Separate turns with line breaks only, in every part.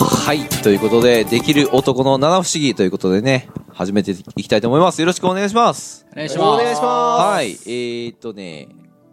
はい。ということで、できる男の七不思議ということでね、始めていきたいと思います。よろしくお願いします。
お願いし
お
ます。
願いしま
はい。えー、っとね、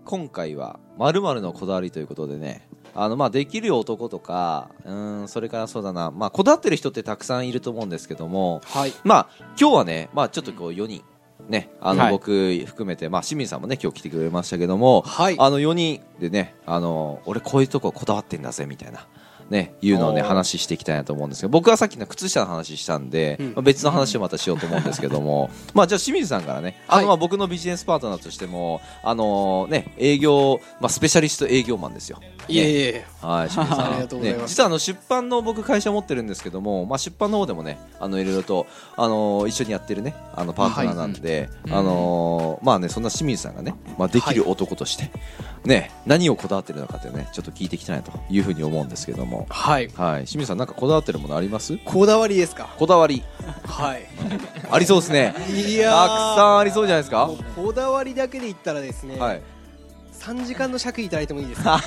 今回は、〇〇のこだわりということでね、あの、まあ、できる男とか、うーん、それからそうだな、まあ、こだわってる人ってたくさんいると思うんですけども、
はい。
まあ、今日はね、まあ、ちょっとこう、4人、ね、あの、
はい
僕含めて、まあ、清水さんもね、今日来てくれましたけども、
はい。
あの4人でね、あの俺こういうとここだわってんだぜみたいな。ね、いうのをね
おー
話していきたいなと思うんですけど僕はさっきの靴下の話したんで、
うん
まあ別の話をまたしようと思うんですけども まあじゃあ清水さんからねあ
は
の
い
まあ僕のビジネスパートナーとしても、あのね、営業、まあ、スペシャリスト営業マンですよ。
いえいえいえ。
はい、清水さん
ありがとうございます
ね、実はあの出版の僕会社持ってるんですけども、まあ、出版の方でもねあのいろいろと、あの一緒にやってるねあのパートナーなんで、
はい
あのまあねそんな清水さんがね、まあ、できる男として、ね何をこだわってるのかってねちょっと聞いていきたいなというふうに思うんですけども、
はい。
はい、清水さんなんかこだわってるものあります
こだわりですか
こだわり
はい
ありそうですね
い
たく
やー
さんありそうじゃないですか
もうこだわりだけで言ったらですね、
はい
3時間の尺いただいてもいいですか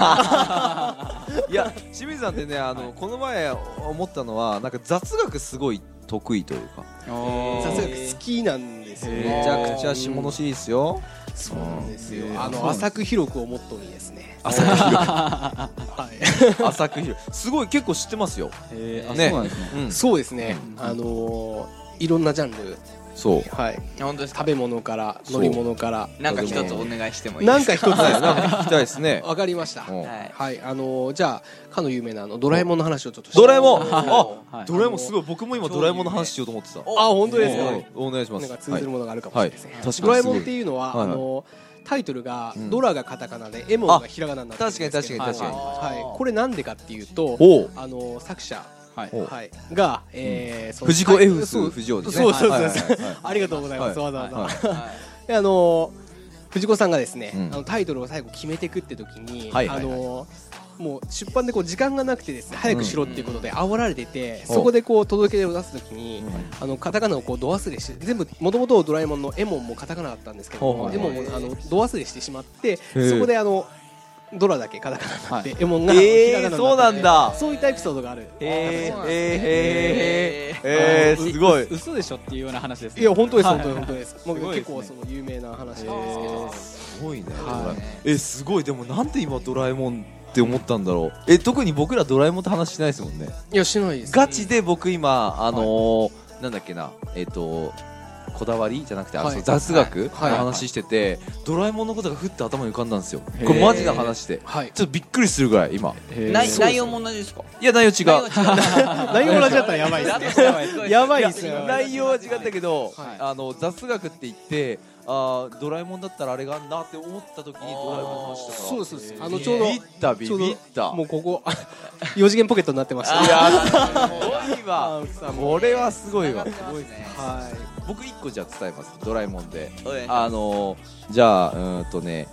いや清水さんってねあのこの前思ったのはなんか雑学すごい得意というか
早
早
速好きなんですよ
め
ね
ちゃくちゃ下の市ですよ、
そうなんですよ
へー
あ
そうな
の
んです
浅く広くをモットーにですね
浅く広
はい
い浅く広いすごい結構知ってますよ、
え
ね
そうなんですね。
うん、
そうですね
うん
あのーいろんなジャンル
そう
はい
本当ですか
食べ物から
そう
乗り物から
なんか一つお願いしてもいい
なんか一つです
なんか
ね
聞きたいです ね
わかりました
うん
はい
はいあのーじゃあかの有名なあのドラえもんの話をちょっとして
ドラえもん
あ
あ
はい
ドラえもんすごい僕も今ドラえもんの話しようと思ってた
あ本当ですか
おお願いしま
な
す
んか通ずる
はい
ものがあるかもしれないです
は
ね、
いはい確か
ド
に
ラ
す
え
ごい
もんっていうのは、
はいはい
あのタイトルが、
うん
ドラがカタカナでエモンがひらがなになってるんですけど
あ確かに確かに
はい
確かに
はいこれなんでかっていうと
おう
あの作者、
はい。
お
はい、が、えーその
藤子
タイ
F
そう
不二雄ですね
そうそうそう
はい
そ
はいはい
う
はい
ありがとうございます、
は
わざわざ、
はい
であの藤子さんがですね、
うん
あのタイトルを最後決めてくって時に、
はいはいはい
あのもう出版でこう時間がなくてですね早くしろっていうことで煽られてて、そこでこう届け出を出す時に、あのカタカナをこうド忘れして全部もともとドラえもんのエモンもカタカナだったんですけど
ほう
も
ほう
エモンもあのド忘れしてしまって
ー
そこであのドラだけカタカナになって、
は
エモンが
えー
ひらがなに
そうなんだ
そういったエピソードがある
えー
あ
えーえーえーえ
あの
ーすごい
嘘でしょっていうような話ですね。
いや本当です
はい
本当です本当ですもう
すごいで
結
すね
構その有名な話なんですけ
え
ど、
ー
すごいね
はい
えすごいでもなんで今ドラえもんって思ったんだろうえ特に僕らドラえもんって話しないですもんね
いやしないです
ガチで僕今あのーなんだっけなえっとこだわりじゃなくてあ
はい
そう雑学の
はい
話しててドラえもんのことがふって頭に浮かんだんですよ
へー
これマジな話で
はい
ちょっとびっくりするぐらい今
へー
内
そう
内容も同じですか
いや内容違う
内容同じだったらやばいですね
だとやばいです
やばいで
です
よ
内容は違ったけど、
はい
あの雑学って言ってあードラえもんだったらあれがあんなって思った時にドラえもんの話だから
そうですそうですあの
ビ
ちょうど
ビったビ
ちょうど
ビった
もうここ 四次元ポケットになってました
いやすごいわ
あーさ
これはすごいわ
はい
僕一個じゃあ伝えますドラえもんで
あ
あのー、じゃあうーんとね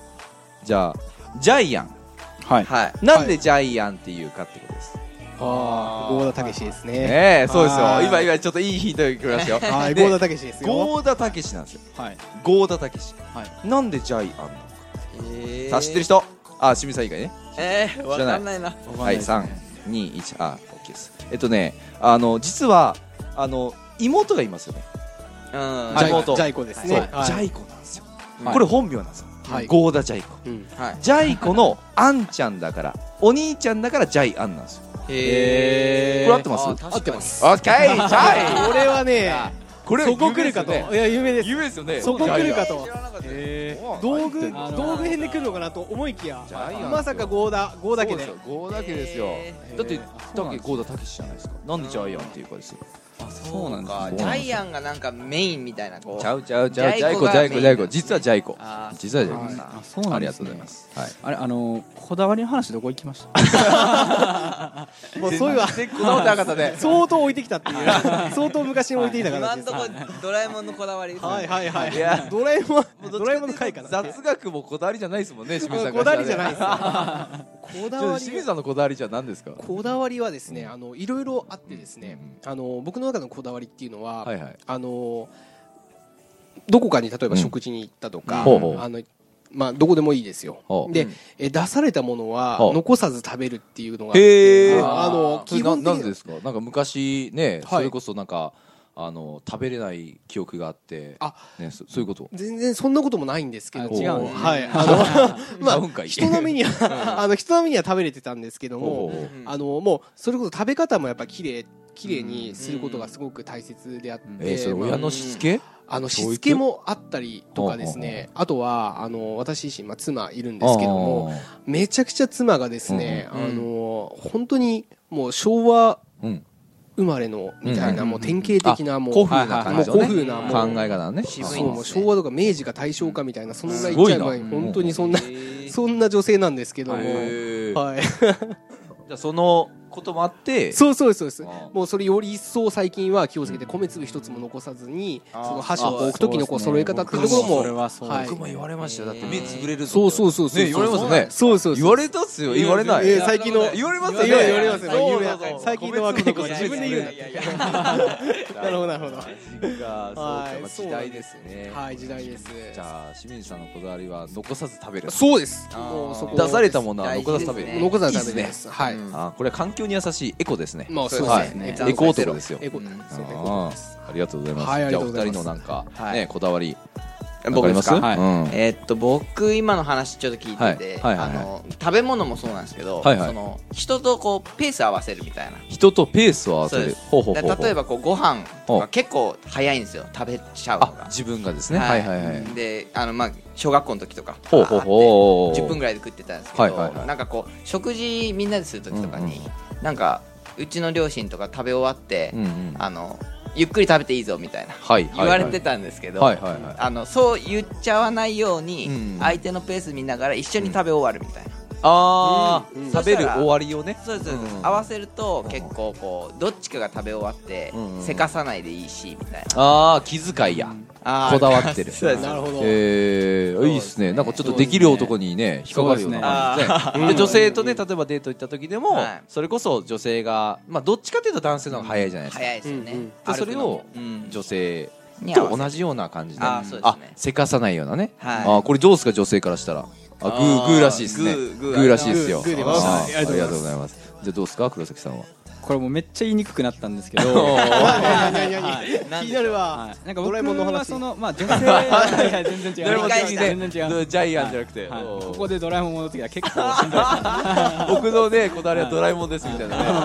じゃあジャイアン
はい。
はいなんでジャイアンっていうかってことです、
ああ、ゴーダたけしですね。
ねえそうですよ
はい
今今ちょっといいヒントが来ましたよ
はい、
で
ゴーダたけしですよ。
ゴーダたけしなんですよ
はい。
ゴーダたけし
はい。
なんでジャイアンなの
え
さあ知ってる人あ清水さん以外ね
えーわかんないな
はい321あオッケーですえっとねあの実はあの妹がいますよね、
うん
ジャイコ
妹
ジャイコです
そ
ね
う、。
はい
ジャイコなんですよ、
はい
これ本名なんですよ、
はい
ゴーダジャイコ
うん
はい
ジャイコのあんちゃんだからお兄ちゃんだからジャイアンなんですよ
へ
これ合ってます
合ってます
オッケージャイ
これはね、
これ
そこ来るかと。い
有
や、夢です。
名ですよね
そこ来るか
知
と。
らなかったです
道具、
あの
道具編で来るのかなと思いきや
ジャイアン、
まさかゴーダ、ゴーダ
け
家
で
で。
ゴーダ家ですよ
へ
だってだ
そうなん
け
です
ゴーダたけしじゃないですかなんでジャイアンっていうかですよ
あ、そ
そうう
な
なんん
で
かジャイアンがなんかメインみたいなこう
ちゃうちゃうちゃうジ
ジ
ャイ
ャイ
コ
コ
ジ
が
ャイコジャイコ
メイン
実はジャイコ
あー
実はジャイコ
す
です
ね。あ、そうな
あ
ん
り
で
が
す
とうござい
ね
ま。すはい
あれ、あのこだわりの話どこ行きました
もうそういうわ、
全然こだわってなかったね
相当置いてきたっていう。相当昔に置いてきた
今
形で
ん
す
と。こドラえもんのこだわりですね
はいはいはい
いや
い。ドラえもん、
どっ
ド
ち
ラえ
か
もんの回かな。
雑学もこだわりじゃないですもんね清水さん
こだわりじゃない
い
ですね。こだわり。
清水さんのこだわりじゃ何ですか
こだわりはですね、あのいろいろあってですね、あの僕の中のこだわりっていうのは、
はいはい
あのどこかに例え
う
ば
ん
食事に行ったとか、
ほうほう
あのまあ、どこでもいいですよ
ほう
で、え出されたものは
ほう
残さず食べるっていうのがあって
へえ
あの
それ
基
な
本的
なん
に
でですかなんか昔ね、
はい
それこそなんかあの食べれない記憶があって
あ
ね、そそういうこと
全然そんなこともないんですけど
あ違うんですね
はいあの ま
違うんか
あ
い
人の目にはあの人の目には食べれてたんですけど
ほう
も
ほうほ
うん
あのもうそれこそ食べ方もやっぱ綺麗綺麗にすることがすごく大切であって、
うん
えーそれ
まあ
親のしつけ、
あのしつけもあったりとかですねあとはあの私自身、まあ、妻いるんですけどもめちゃくちゃ妻がですね、
うんうん
あの本当にもう昭和
あー、うん、
生まれのみたいな、もう典型的なもう
古風な感じのね
もう古風なもう
考え方だね
渋
そ
い
う
んですね
もう昭和とか明治か大正かみたいなそのぐらい
す
言っ
ごい
ち
な
ゃえば本当にそんな
へー
そんな女性なんですけども、
へー
はい、
じゃあそのこともあって
そうそうですそうです
あー
もうそれより一層最近は気をつけて米粒一つも残さずにそ
あー
の箸を置く時のこう揃え方っていうところ
僕も
も
それはそうです
は
僕も言われましたよだって目つぶれるぞ
そうそうそうそう
ね言われますよね
そうそうそう
言われたっすよ言われない
えー最近の
言われますよね
言われ言われますよね
そう
有名な
そうそう
最近の若い子
米粒
自分で言うなって
いやいやいや
なるほどなるほど
マジかそうか時代ですね
はい時代です
じゃあ清水さんのこだわりは残さず食べる
そうです
あー
もうそこ
出された
も
ものは
大事
残らず
ですね
食べる
残さ
いいっ
ず食
す
べ
ね
るですはい、
うん
あーこれは環境に優しいエコですね
まあそう
は
で
い
すね、
エコオートロですよ
エコ
うん
そうエコ
あーありがとうございます、
はいあり
じゃあお
がとうござ
二
います
人のなんか、
はい
ねこだわりなんか
僕
あり
で
ますす
か
はい
うん
えーっと僕今の話ちょっと聞いてて、
はいはいはいはい
あの食べ物もそうなんですけど、
はいはい
その人とこうペース合わせるみたいな
人とペースを合わせ
そう
る
です
ほうほうほうほ
だ
う
例えばこうご飯
ほ
と
う
か結構早いんですよ食べちゃうの
あ
が
自分がですねはいはいはい
であのまあ小学校の時とか
ほうほうほう
バーって10分ぐらいで食ってたんですけど、
はいはいはい
なんかこう食事みんなでする時とかに、
うん
なんかうちの両親とか食べ終わって、
うんうん
あのゆっくり食べていいぞみたいな
はいはい
言われてたんですけど、
はいはいはい
あのそう言っちゃわないように、
うん
相手のペース見ながら一緒に食べ終わるみたいな、
あー
うん
食べる終わりをね
そうですそうです
うん
合わせると結構こうどっちかが食べ終わって、
うん
せかさないでいいしみたいな
あー気遣いや
あー
こだわってる
そうです
なるほど、
えー、いいっすねなんかちょっとできる男にね引っかかるような感じですね
そうですねあー
で女性とね例えばデート行った時でも、
はい
それこそ女性がまあどっちかというと男性の方が早いじゃないですか、
早いですよね、
うんうん
でそれを
歩くのもうん
女性
に合わせ
と
て
同じような感じで
あーそうですね
せかさないようなね、
はい
あーこれどうですか女性からしたらあグーグーらしいですね
グー
グ
グ
ー
ー
らしいですよ
グーグー出ました
あーあ
あ
り
り
が
が
と
と
う
う
ご
ご
ざいますじゃあどうですか黒崎さんは
これもうめっちゃ言いにくくなったんですけ ど
何何何
はい
気になるわ、
はいなん
ド
か僕
ラえもんの話
はそのまあ女性 はいやいや全然違
ドラ
う
えもん的
全然違う
ジャイアンじゃなくて、
はい
おー
ここでドラえもん戻ってきたら結構し んどいですね
僕のねこだわりはドラえもんですみたい なね
もう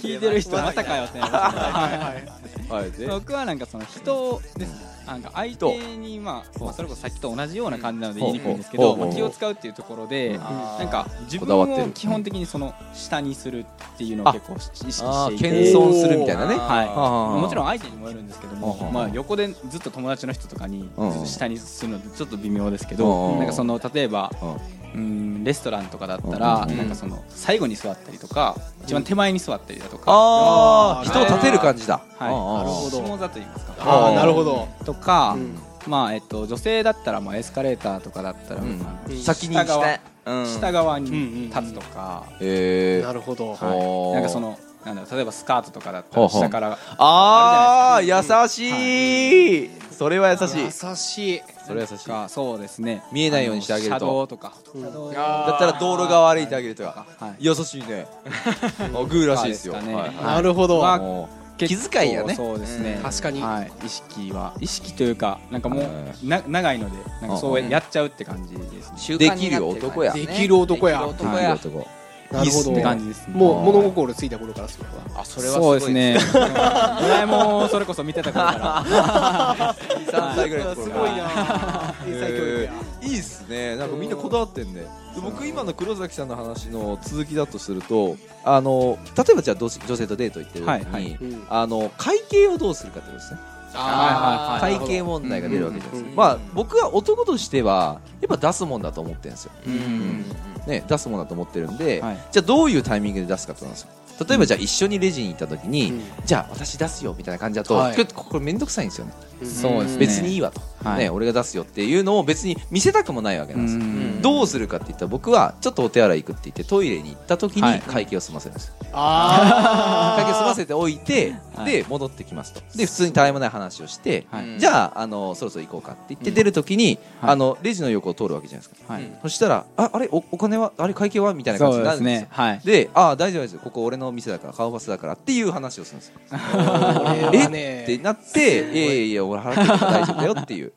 聞いてる人またかよってなりますけど
はいで
僕はなんかその人ですねなんか相手にまあまあそれこそさっきと同じような感じなので言いにくいんですけ
うん
ど
うん
まあ気を使うっていうところで
あー
なんか自
こだ
分
わって
を
る
基本的にその下にするっていうのを結構意識
あー
してい
謙
て
遜するみたいなね
はい
あー
もちろん相手にもよるんですけど
うんう
も
ん
まあ横でずっと友達の人とかに
うん
ずっと下にするのってちょっと微妙です
う
け
ん
どなんかその例えば
うん
うんレストランとかだった
う
ら
んうん
なんかその最後に座ったりとか一番手前に座ったりだとか
ああ
ー
人を立てる感じだ
はい
なるほ
ど
下座と言いますか
ああなるほど、
とか、
うん
まあえっと、女性だったらまあエスカレーターとかだったら、
うん
あ
う
の
ん
先に
下側
うん
下側に立つとか、
え
なるほど、
うんうんうん
はい、なんかそのなんだろう例えばスカートとかだった
ほう
ら
ほう
下から
ああ
ある
優しいそれは優しい
優しい
それは優しい
とかそうですね
見えないようにしてあげると
の車道とか、
うん
車道
あ
だったら道路側を歩いてあげるとか
はい
優しい ねあグーらしいですよ
ですかね
はいはい
なるほど、
まあ
も
結
気
構
遣いやね
そうですね、
うん
確かに
はい、意識は意識というかなんかも
は
うな長いのでなんかそうやっちゃうって感じですね、
習慣になって
でき
感
る
じ
男や
ね
できる男や
できる
うい
男
い
や
男
な
い
るほど
いっすね
感じですね
もう物心ついた頃からそれは
あそれは
そうですす
ごいで
ね。ドラえもんをそれこそ見てた頃から。
3歳ぐらいの頃
す
か
ご
ら
いな英才教育や
えーいいっすねなんかみんなこだわってんねで僕今の黒崎さんの話の続きだとするとあの例えばじゃあどうし女性とデート行ってる時に、
はいはい
うん
あの会計をどうするかってことですね
あーはいはい
会計問題が出るわけじゃないですか、
うん
まあ僕は男としてはやっぱ出すもんだと思ってるんですよ、
うんうん
ね、出すもんだと思ってるんで、
はい
じゃあどういうタイミングで出すかってことなんですよ例えばじゃあ一緒にレジに行った時に、
うん
じゃあ私出すよみたいな感じだと、
はい
ちょっとここれ面倒くさいんですよね
うん
そうですね。
別にいいわと、
はい
ね、俺が出すよっていうのを別に見せたくもないわけなんですよ、
うんうん
どうするかって言ったら僕はちょっとお手洗い行くって言ってトイレに行った時
はい
に会計を済ませるんですよ、
あ
会計を済ませておいて、
はい
で戻ってきますとで普通に絶え間ない話をして、
はい
うん
じゃああのそろそろ行こうかって言って
うん
出る時に、
はい
あのレジの横を通るわけじゃないですか
は
う
い
ん
そしたらああれおお金はあれ会計はみたいな感じ
そう
になる
です
んですよ
ねはい
で、ああ、大丈夫ですよ、ここ俺の店だから、顔パスだからっていう話をするんですよ。
ー
え
えね
ってなって、いやいやいや、俺払ってるから大丈夫だよっていう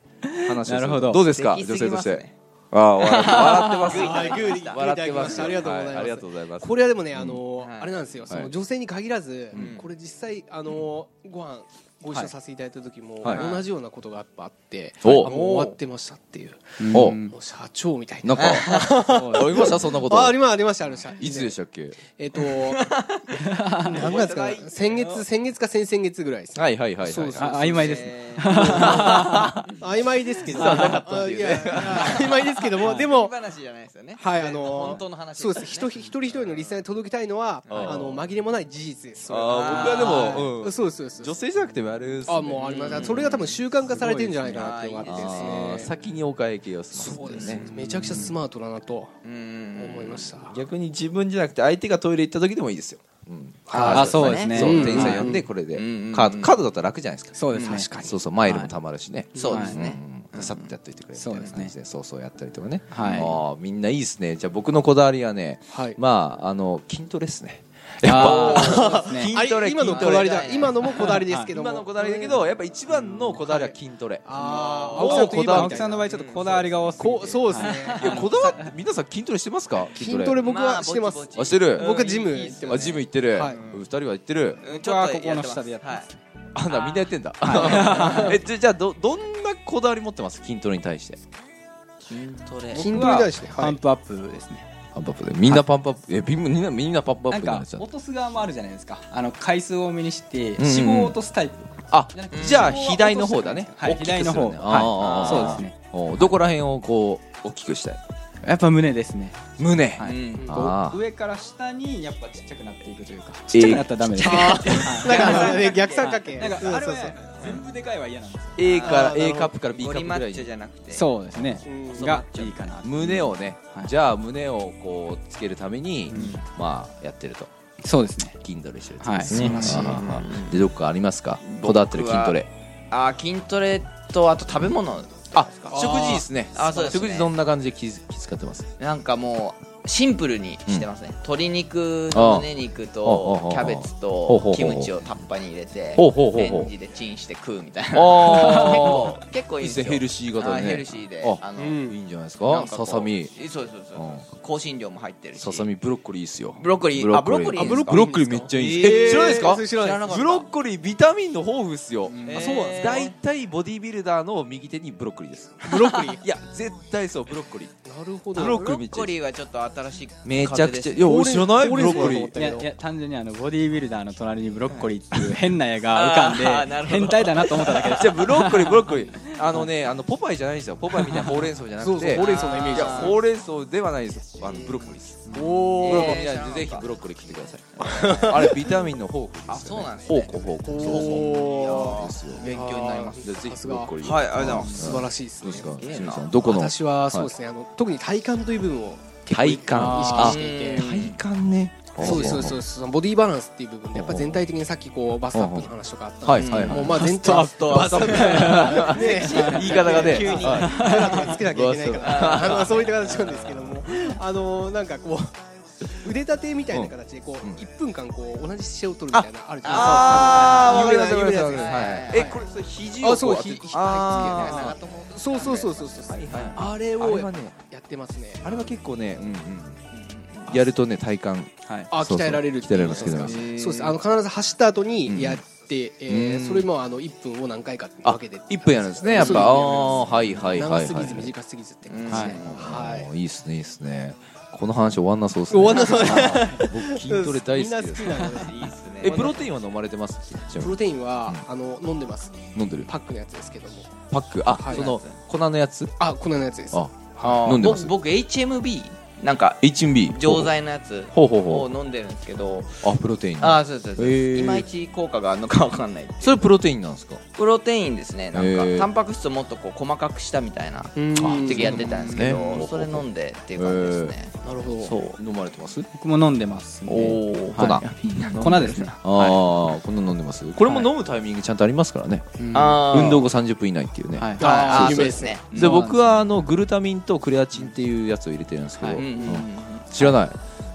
話をする。
なるほど
どうですか、
素敵
女
す
性
ぎ
と
ま
し
すね
て。ああ、笑って笑ってます。
はいグーでいただ
笑っ
き
て
ま
ま
し
す
た
よ。
ありがとうございます
はありがとうございます。
これはでもね、あのー
はい
あれなんですよ、そ
は
の
い
女性に限らず、
うん
これ実際、あのーご飯ご一緒させていただいた時も、
はい
同じようなことがやっぱあって、
お
あもう終わってましたっていう、
お
うん
もう社長みたい
な
な。
んか、 ありましたそんなこと
あ、あ。りまありました、ありました。
いつでしたっけ
えっ、と、何月かな先月、先月か先々月ぐらい ですね。
はいはいはい
そ
は
うで
い
す。
あ曖昧ですね
ね
曖昧ですけど、
実はなかったっていうね
あいや曖昧ですけども、で
も
も、
話じゃないですよね
はい、あのー
本当の話
そうです。人ひ一人一人のリスナーに届きたいのは、
うん
あの紛れもない事実です。それは
ああ、僕はでも、うん
そうですそうです。
女性じゃなくてもあれですね
あもうあります。それが多分習慣化されてるんじゃないかなっていうのがあってです
あ
ね
ー。先にお会計を済ま
そう
せ
で
て
すね
ね。。
めちゃくちゃスマートだなと
うんうんうん
思いました。
逆に自分じゃなくて相手がトイレ行った時でもいいですよ。うん
あーそうですね
そう
うん
店員さん呼んでこれで
うん
カードカードだったら楽じゃないですか。
そうですね
確かに。
そうそうマイルも貯まるしね、
そうです
うん
ね
うんさっとやっといてくれみた
そ
いうな
ですね
感じでそうそうやったりとかね、
はい
ああみんないいですねじゃあ僕のこだわりはね
はい。
まああの筋トレですね
あーそうですね
筋トレ
あ今の
筋
こ
ト
だわ
レ
りだ。今のもこだわりですけども。
今のこだわりだけどやっぱ一番のこだわりは筋トレ、
ああ、
もう
青木さんといえば
青木さんの場合ちょっとこだわりが多すぎて
こうそうですね。
いやこだわって皆さん筋トレしてますか
筋トレ僕はしてま
まあ
す
ぼち。ぼち
あしてる
僕はジム行ってま
あ
す。
ジム行ってる、
はい
二人は行ってる
うん
僕はここの下でやってま
は
す
あなみんなやってんだ えじゃじゃあどどんなこだわり持ってます筋トレに対して
い筋トレ
筋トレに対して。は
パン
い。
プアップですね
パンプアップでみんなパンプアップえみんなみんなパンプア
な
ッ
ん
プにな
か
っちゃう
落とす側もあるじゃないですかあの回数多めにして脂
んうん
肪を落とすタイプ
あ
じゃなくて
じゃあ左の方だね
はい
大きくする
左の方
ね
はい
あー
そうですね
おうどこら辺をこう大きくしたい
やっぱ胸ですね
胸、
は
う
い
ん
あー
こう上から下にやっぱちっちゃくなっていくというかちっちゃくなったらダメです
あーなんかあのね逆三角形。
なんか
そう
あれ
そ
は
うそう
全部でかいは嫌なんですよ
A から
あー
A カップから B カ
ゴ
ップ
リ
ぐ
マ
ら
ッ
い
チョじ
に
ゃなくて
そうですね
うん
がいいかな
胸をね、
はい
じゃあ胸をこうつけるために、
ん
まあやってると
そうですね
筋トレしてる
はい
素晴らしいでどっかありますか
僕は
こだわってる筋トレ
あー筋トレとあと食べ物
あ食事ですね
あーそうですね
食事どんな感じで気づ気遣ってます
なんかもうシンプルにしてますね、鶏肉の胸
ああ
肉
あ
と
あ
キャベツ
ほうほうほ
と
う
キムチをタッパに入れて
ほうほうほう
レ
ほう
ンジでチンして食うみたいな
あ
結構結構いいんです よ
ヘルシー型
あ
でね
ヘルシーで
あ
あ
う
の、
ん
いいんじゃないです
な
か
んかこ
さ
う
さみ
えそうそうそう、香辛料も入ってるし
ささみブロッコリーいいっすよ
ブロッコリーあブロッコリー
ブロッコ
ブ
リ
ロ
ー
ッコリー
めっ
ですか
ちゃいい
えー
知らないですか
知らないです
知らなかった
ブロッコリービタミンの豊富っすよ、
ん
あそうなんです
へー
大体ボディービルダーの右手にブロッコリーです
ブロッコリー。
いや絶対そうブロッコリー
なるほど。
ブ
ブ
ロ
ロ
ッコリーめっ
ッ
ちゃいい
コリーはちょっと新しい
めちゃくちゃい
風で
や
すね
俺知らない
ほ
ブ
う
ロ
れん
ッコリ
ほうれん草だ
ー
と思ったけ
いや
ど
いや単純にあのボディービルダーの隣にブロッコリーっていう変な絵が浮かん
あーな
で
るほど
変態だなと思っただけです
じゃあブロッコリーブロッコリーあのねあのポパイじゃないんですよポパイみたいなほうれん草じゃなくて
そうそうほうれん草のイメー
い
ジ
や
です。
ほうれん草ではないですあのブロッコリーです
お
ブロッコリー
えー知ら
い
なか
や
った
ぜひブロッコリー切ってくださいあれビタミンの豊富ですよね
あそうなんですね
宝庫宝庫
お
そう
お
そうですよ
勉強になります
じゃあぜひブロッコリー
はいありがとうございます
素晴らしいです
どう
ね
ですか
えな
清水さんどこの
私はそうですね、あの特に体幹という部分を
体幹
意識していて
体幹ね
そうですそうですそうですそのボディバランスっていう部分でやっぱ全体的にさっきこうバストアップの話とかあったんですけ
はいは
ども、
いはい
まあ全体バストアップ
言い方がね
急に
はい
つけなきゃいけないからあのそういった形なんですけどもあのなんかこう腕立てみたいな形でこう、一1分間こう同じ姿勢を取るみたいなのあるじゃ
あーわか
ない
り
で
ます
すか
わかりますわかりま
有名な有名なやつ
すはいえこれそれ肘をこ
あそう
当て
ひ
て
ひ
あー
ひそうそうそうそうそ
は
う、
いはい
あれ
あ
を
れはね
やってますね
あれは結構ねうんうんやるとね体幹
はい
あ鍛えられるっていうことです
鍛えられま
か
す
鍛えられます
そうですあの必ず走った後
うん
にやって、えー
うん
それもあの1分を何回かって
あ
分けて
一分やるんですねやっぱあ
そ
ーはいは
う
い
いう
は
ふ
いうは
にや
い
ります長すぎず短すぎずって感じですねはい、
いいっすねいいっすねこの話終わんなそうっすね
終わんなそう
僕筋トレ大好きです
みんな好きなので
いいっすね
えプロテインは飲まれてますちなみ
プ
に
ロテインは、あの飲んでます
飲んでる
パックのやつですけども
パックあ
はい
その粉のやつ
あ粉のやつです
あ
あー
飲んでます
ぼ僕 HMB なんか
H&B
錠剤のやつ
ほうほう
を
ほ
飲んでるんですけど
うあプロテイン
ああそうそうそう、
へー
いまいち効果があるのかわかんない
それプロテインなんですか
プロテインですねなん
へ
か
ー
タンパク質をもっとこう細かくしたみたいな
うん
時やってたんですけど、
ね
それ飲んでっていう感じですね、
なるほど
そう
飲まれてます
僕も飲んでますんで
おー
粉
は
粉
い粉ですね
ああ、こんなの飲んでますこれも飲むタイミングちゃんとありますからね、
あー
運動後30分以内っていうね、
はい
あ
あ
あ
ー
そうですね
で僕はあのグルタミンとクレアチンっていうやつを入れてるんですけど、
はい
うんうんうん
知らない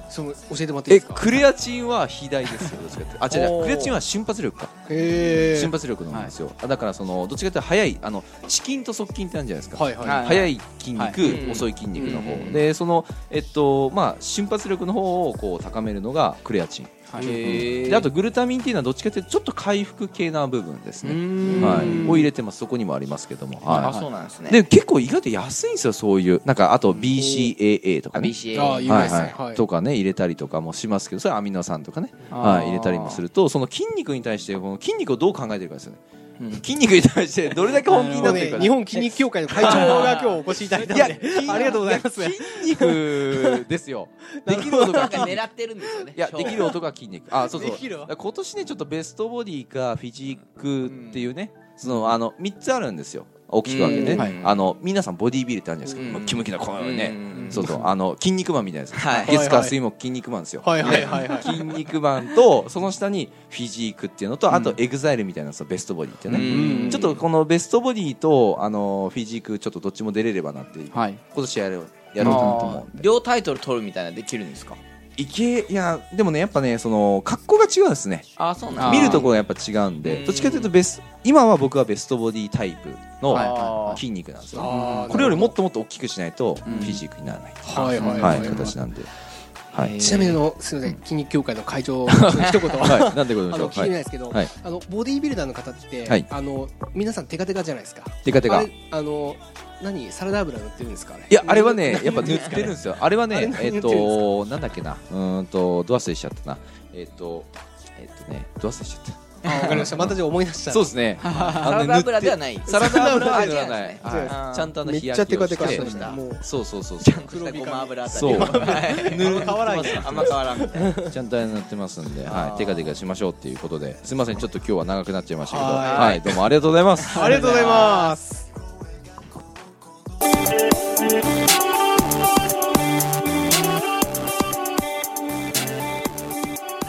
その教えてもらっていい
え
ですか
クレアチンは肥大ですよどっちかってあ違う違
お
う
ー
クレアチンは瞬発力か
え
瞬発力なんですよ、あだからそのどっちかっていうと速いあの至近と側近ってあるんじゃないですか、
はいはい
い
速い筋肉、
はい
遅い筋肉の方、
うん
でそのえっとまあ瞬発力の方をこう高めるのがクレアチン、
はい
へ
であとグルタミンっていうのはどっちかっていうとちょっと回復系な部分です
う
ね、
ん
はい、を入れてますそこにもありますけども、はい
あそうなんですね
で結構意外と安いんですよそういうなんかあと BCAA と
あ
かね
BCA
ああ有名
はい
ですね
はい、とかね入れたりとかもしますけどそれはアミノ酸とかね、
あ
は
ー
い、入れたりもするとその筋肉に対してこの筋肉をどう考えてるかですよね
うん
筋肉に対してどれ だけ本気に
も
な
う
ってる
ね
か、
日本筋肉協会の会長が今日お越しいただいたので、ありがとうございます。
筋肉ですよできる男
な
が
んか
筋肉
狙ってるんですよね
いや
超
できる男が筋肉あそうそう
できるわ
今年ねちょっとベストボディかフィジークっていうね、そのあの3つあるんですよ大きく分けて、
うんはい
あの皆さんボディービルってあるんじゃないですか、
うん
ムキムキなこのようにね、
うん
そうそうあの筋肉マンみたいなやつ、
はい
月火水木筋肉マンですよ、
はいはいはいはい。
筋肉マンとその下にフィジークっていうのとあとエグザイルみたいなさベストボディってね、
うん
ちょっとこのベストボディとあのフィジークちょっとどっちも出れればなって今
はい
年やろうやろうか
あ
なと思
ー両タイトル取るみたいなのできるんですか
ういけいやでもねやっぱねその格好が違うんですね
ああそう
あ
なん
ー
見るところがやっぱ違うんで
うん
どっちかというとベス今は僕はベストボディタイプ
はい
の
はい
筋肉なんですよ、
あー
これよりもっともっと大きくしないとフ
うん
ィジークにならない、
はいはい
は
はいい
形なんで、はい
ちなみにあのすみません筋肉協会の会長の一言
はい、なんてことでし
あ
ょ
の
う
聞いて
は
ない
い
ですけど、
はい
あのボディービルダーの方って、
はい
あの皆さんテカテカじゃないですか。
てかて
あ
か
れあの何サラダ油塗ってるんですかあれ。
いやあれはね
何
やっぱ塗ってるんですよあれは
あれ
ね
何
えっ
塗ってるん
となんだっけなうーんとドアスでしちゃったなえっとえっとねドアスでしちゃっ
あわかりました。またじゃあ思い出した。
たそう
う
です ね
サ
あ
ラ
の
ダ
ね
油では
塗っ
ない
てサラダ油では
あ
な
違
い
うんですね
はい
あー
ちゃんとあの
め
日
っちゃ
焼け
テ
を
カ
して
テカして
そ
ま
う
した。もう
そうそうそう
ち
そ
ゃんとしたごま油あたり
そう
変
甘
わらんや
甘 変わらんみたいな
うちゃんと塗ってますんでは
あー
いテカテカしましょうっていうことですいませんちょっと今日は長くなっちゃいましたけど
はーい
はいどうもありがとうございます
ありがとうございます。